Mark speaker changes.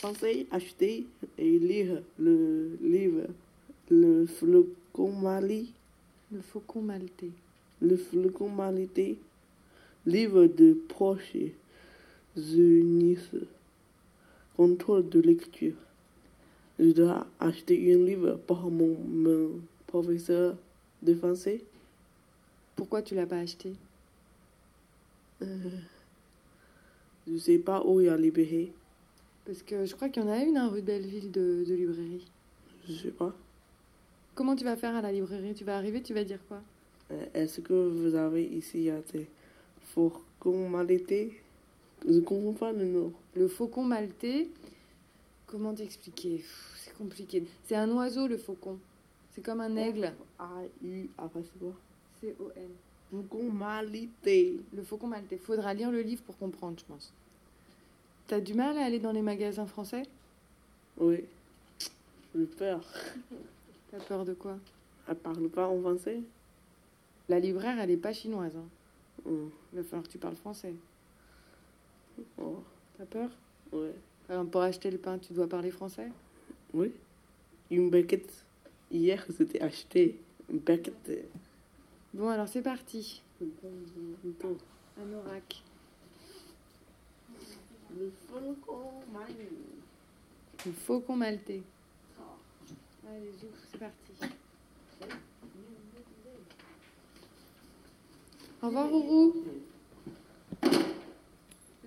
Speaker 1: conseille acheter et lire le livre Le flocon Mali,
Speaker 2: Le faucon maltais.
Speaker 1: le flocon Maltais, livre de proches unis, contrôle de lecture. Je dois acheter un livre par mon, mon professeur de français.
Speaker 2: Pourquoi tu l'as pas acheté
Speaker 1: Je sais pas où il a libéré.
Speaker 2: Parce que je crois qu'il y en a une, hein, rue de Belleville, de, de librairie.
Speaker 1: Je sais pas.
Speaker 2: Comment tu vas faire à la librairie Tu vas arriver, tu vas dire quoi
Speaker 1: Euh, Est-ce que vous avez ici à des formalités Je comprends pas le nom.
Speaker 2: Le faucon maltais, comment t'expliquer Pff, C'est compliqué. C'est un oiseau, le faucon. C'est comme un aigle.
Speaker 1: A-U, après c'est quoi
Speaker 2: C-O-N.
Speaker 1: Formalité.
Speaker 2: Le faucon maltais. Faudra lire le livre pour comprendre, je pense. T'as du mal à aller dans les magasins français
Speaker 1: Oui. J'ai peur.
Speaker 2: T'as peur de quoi
Speaker 1: Elle parle pas en français
Speaker 2: La libraire, elle est pas chinoise. Hein.
Speaker 1: Hum,
Speaker 2: Il va falloir que tu parles français.
Speaker 1: oh,
Speaker 2: T'as peur
Speaker 1: ouais.
Speaker 2: Alors, Pour acheter le pain, tu dois parler français
Speaker 1: Oui. Une baguette. Hier, c'était acheté. Une baguette.
Speaker 2: Bon, alors c'est parti. Un oracle.
Speaker 1: Le flocon Mali.
Speaker 2: Le faucon maltais. Allez, zou, c'est parti. Au revoir, Rourou.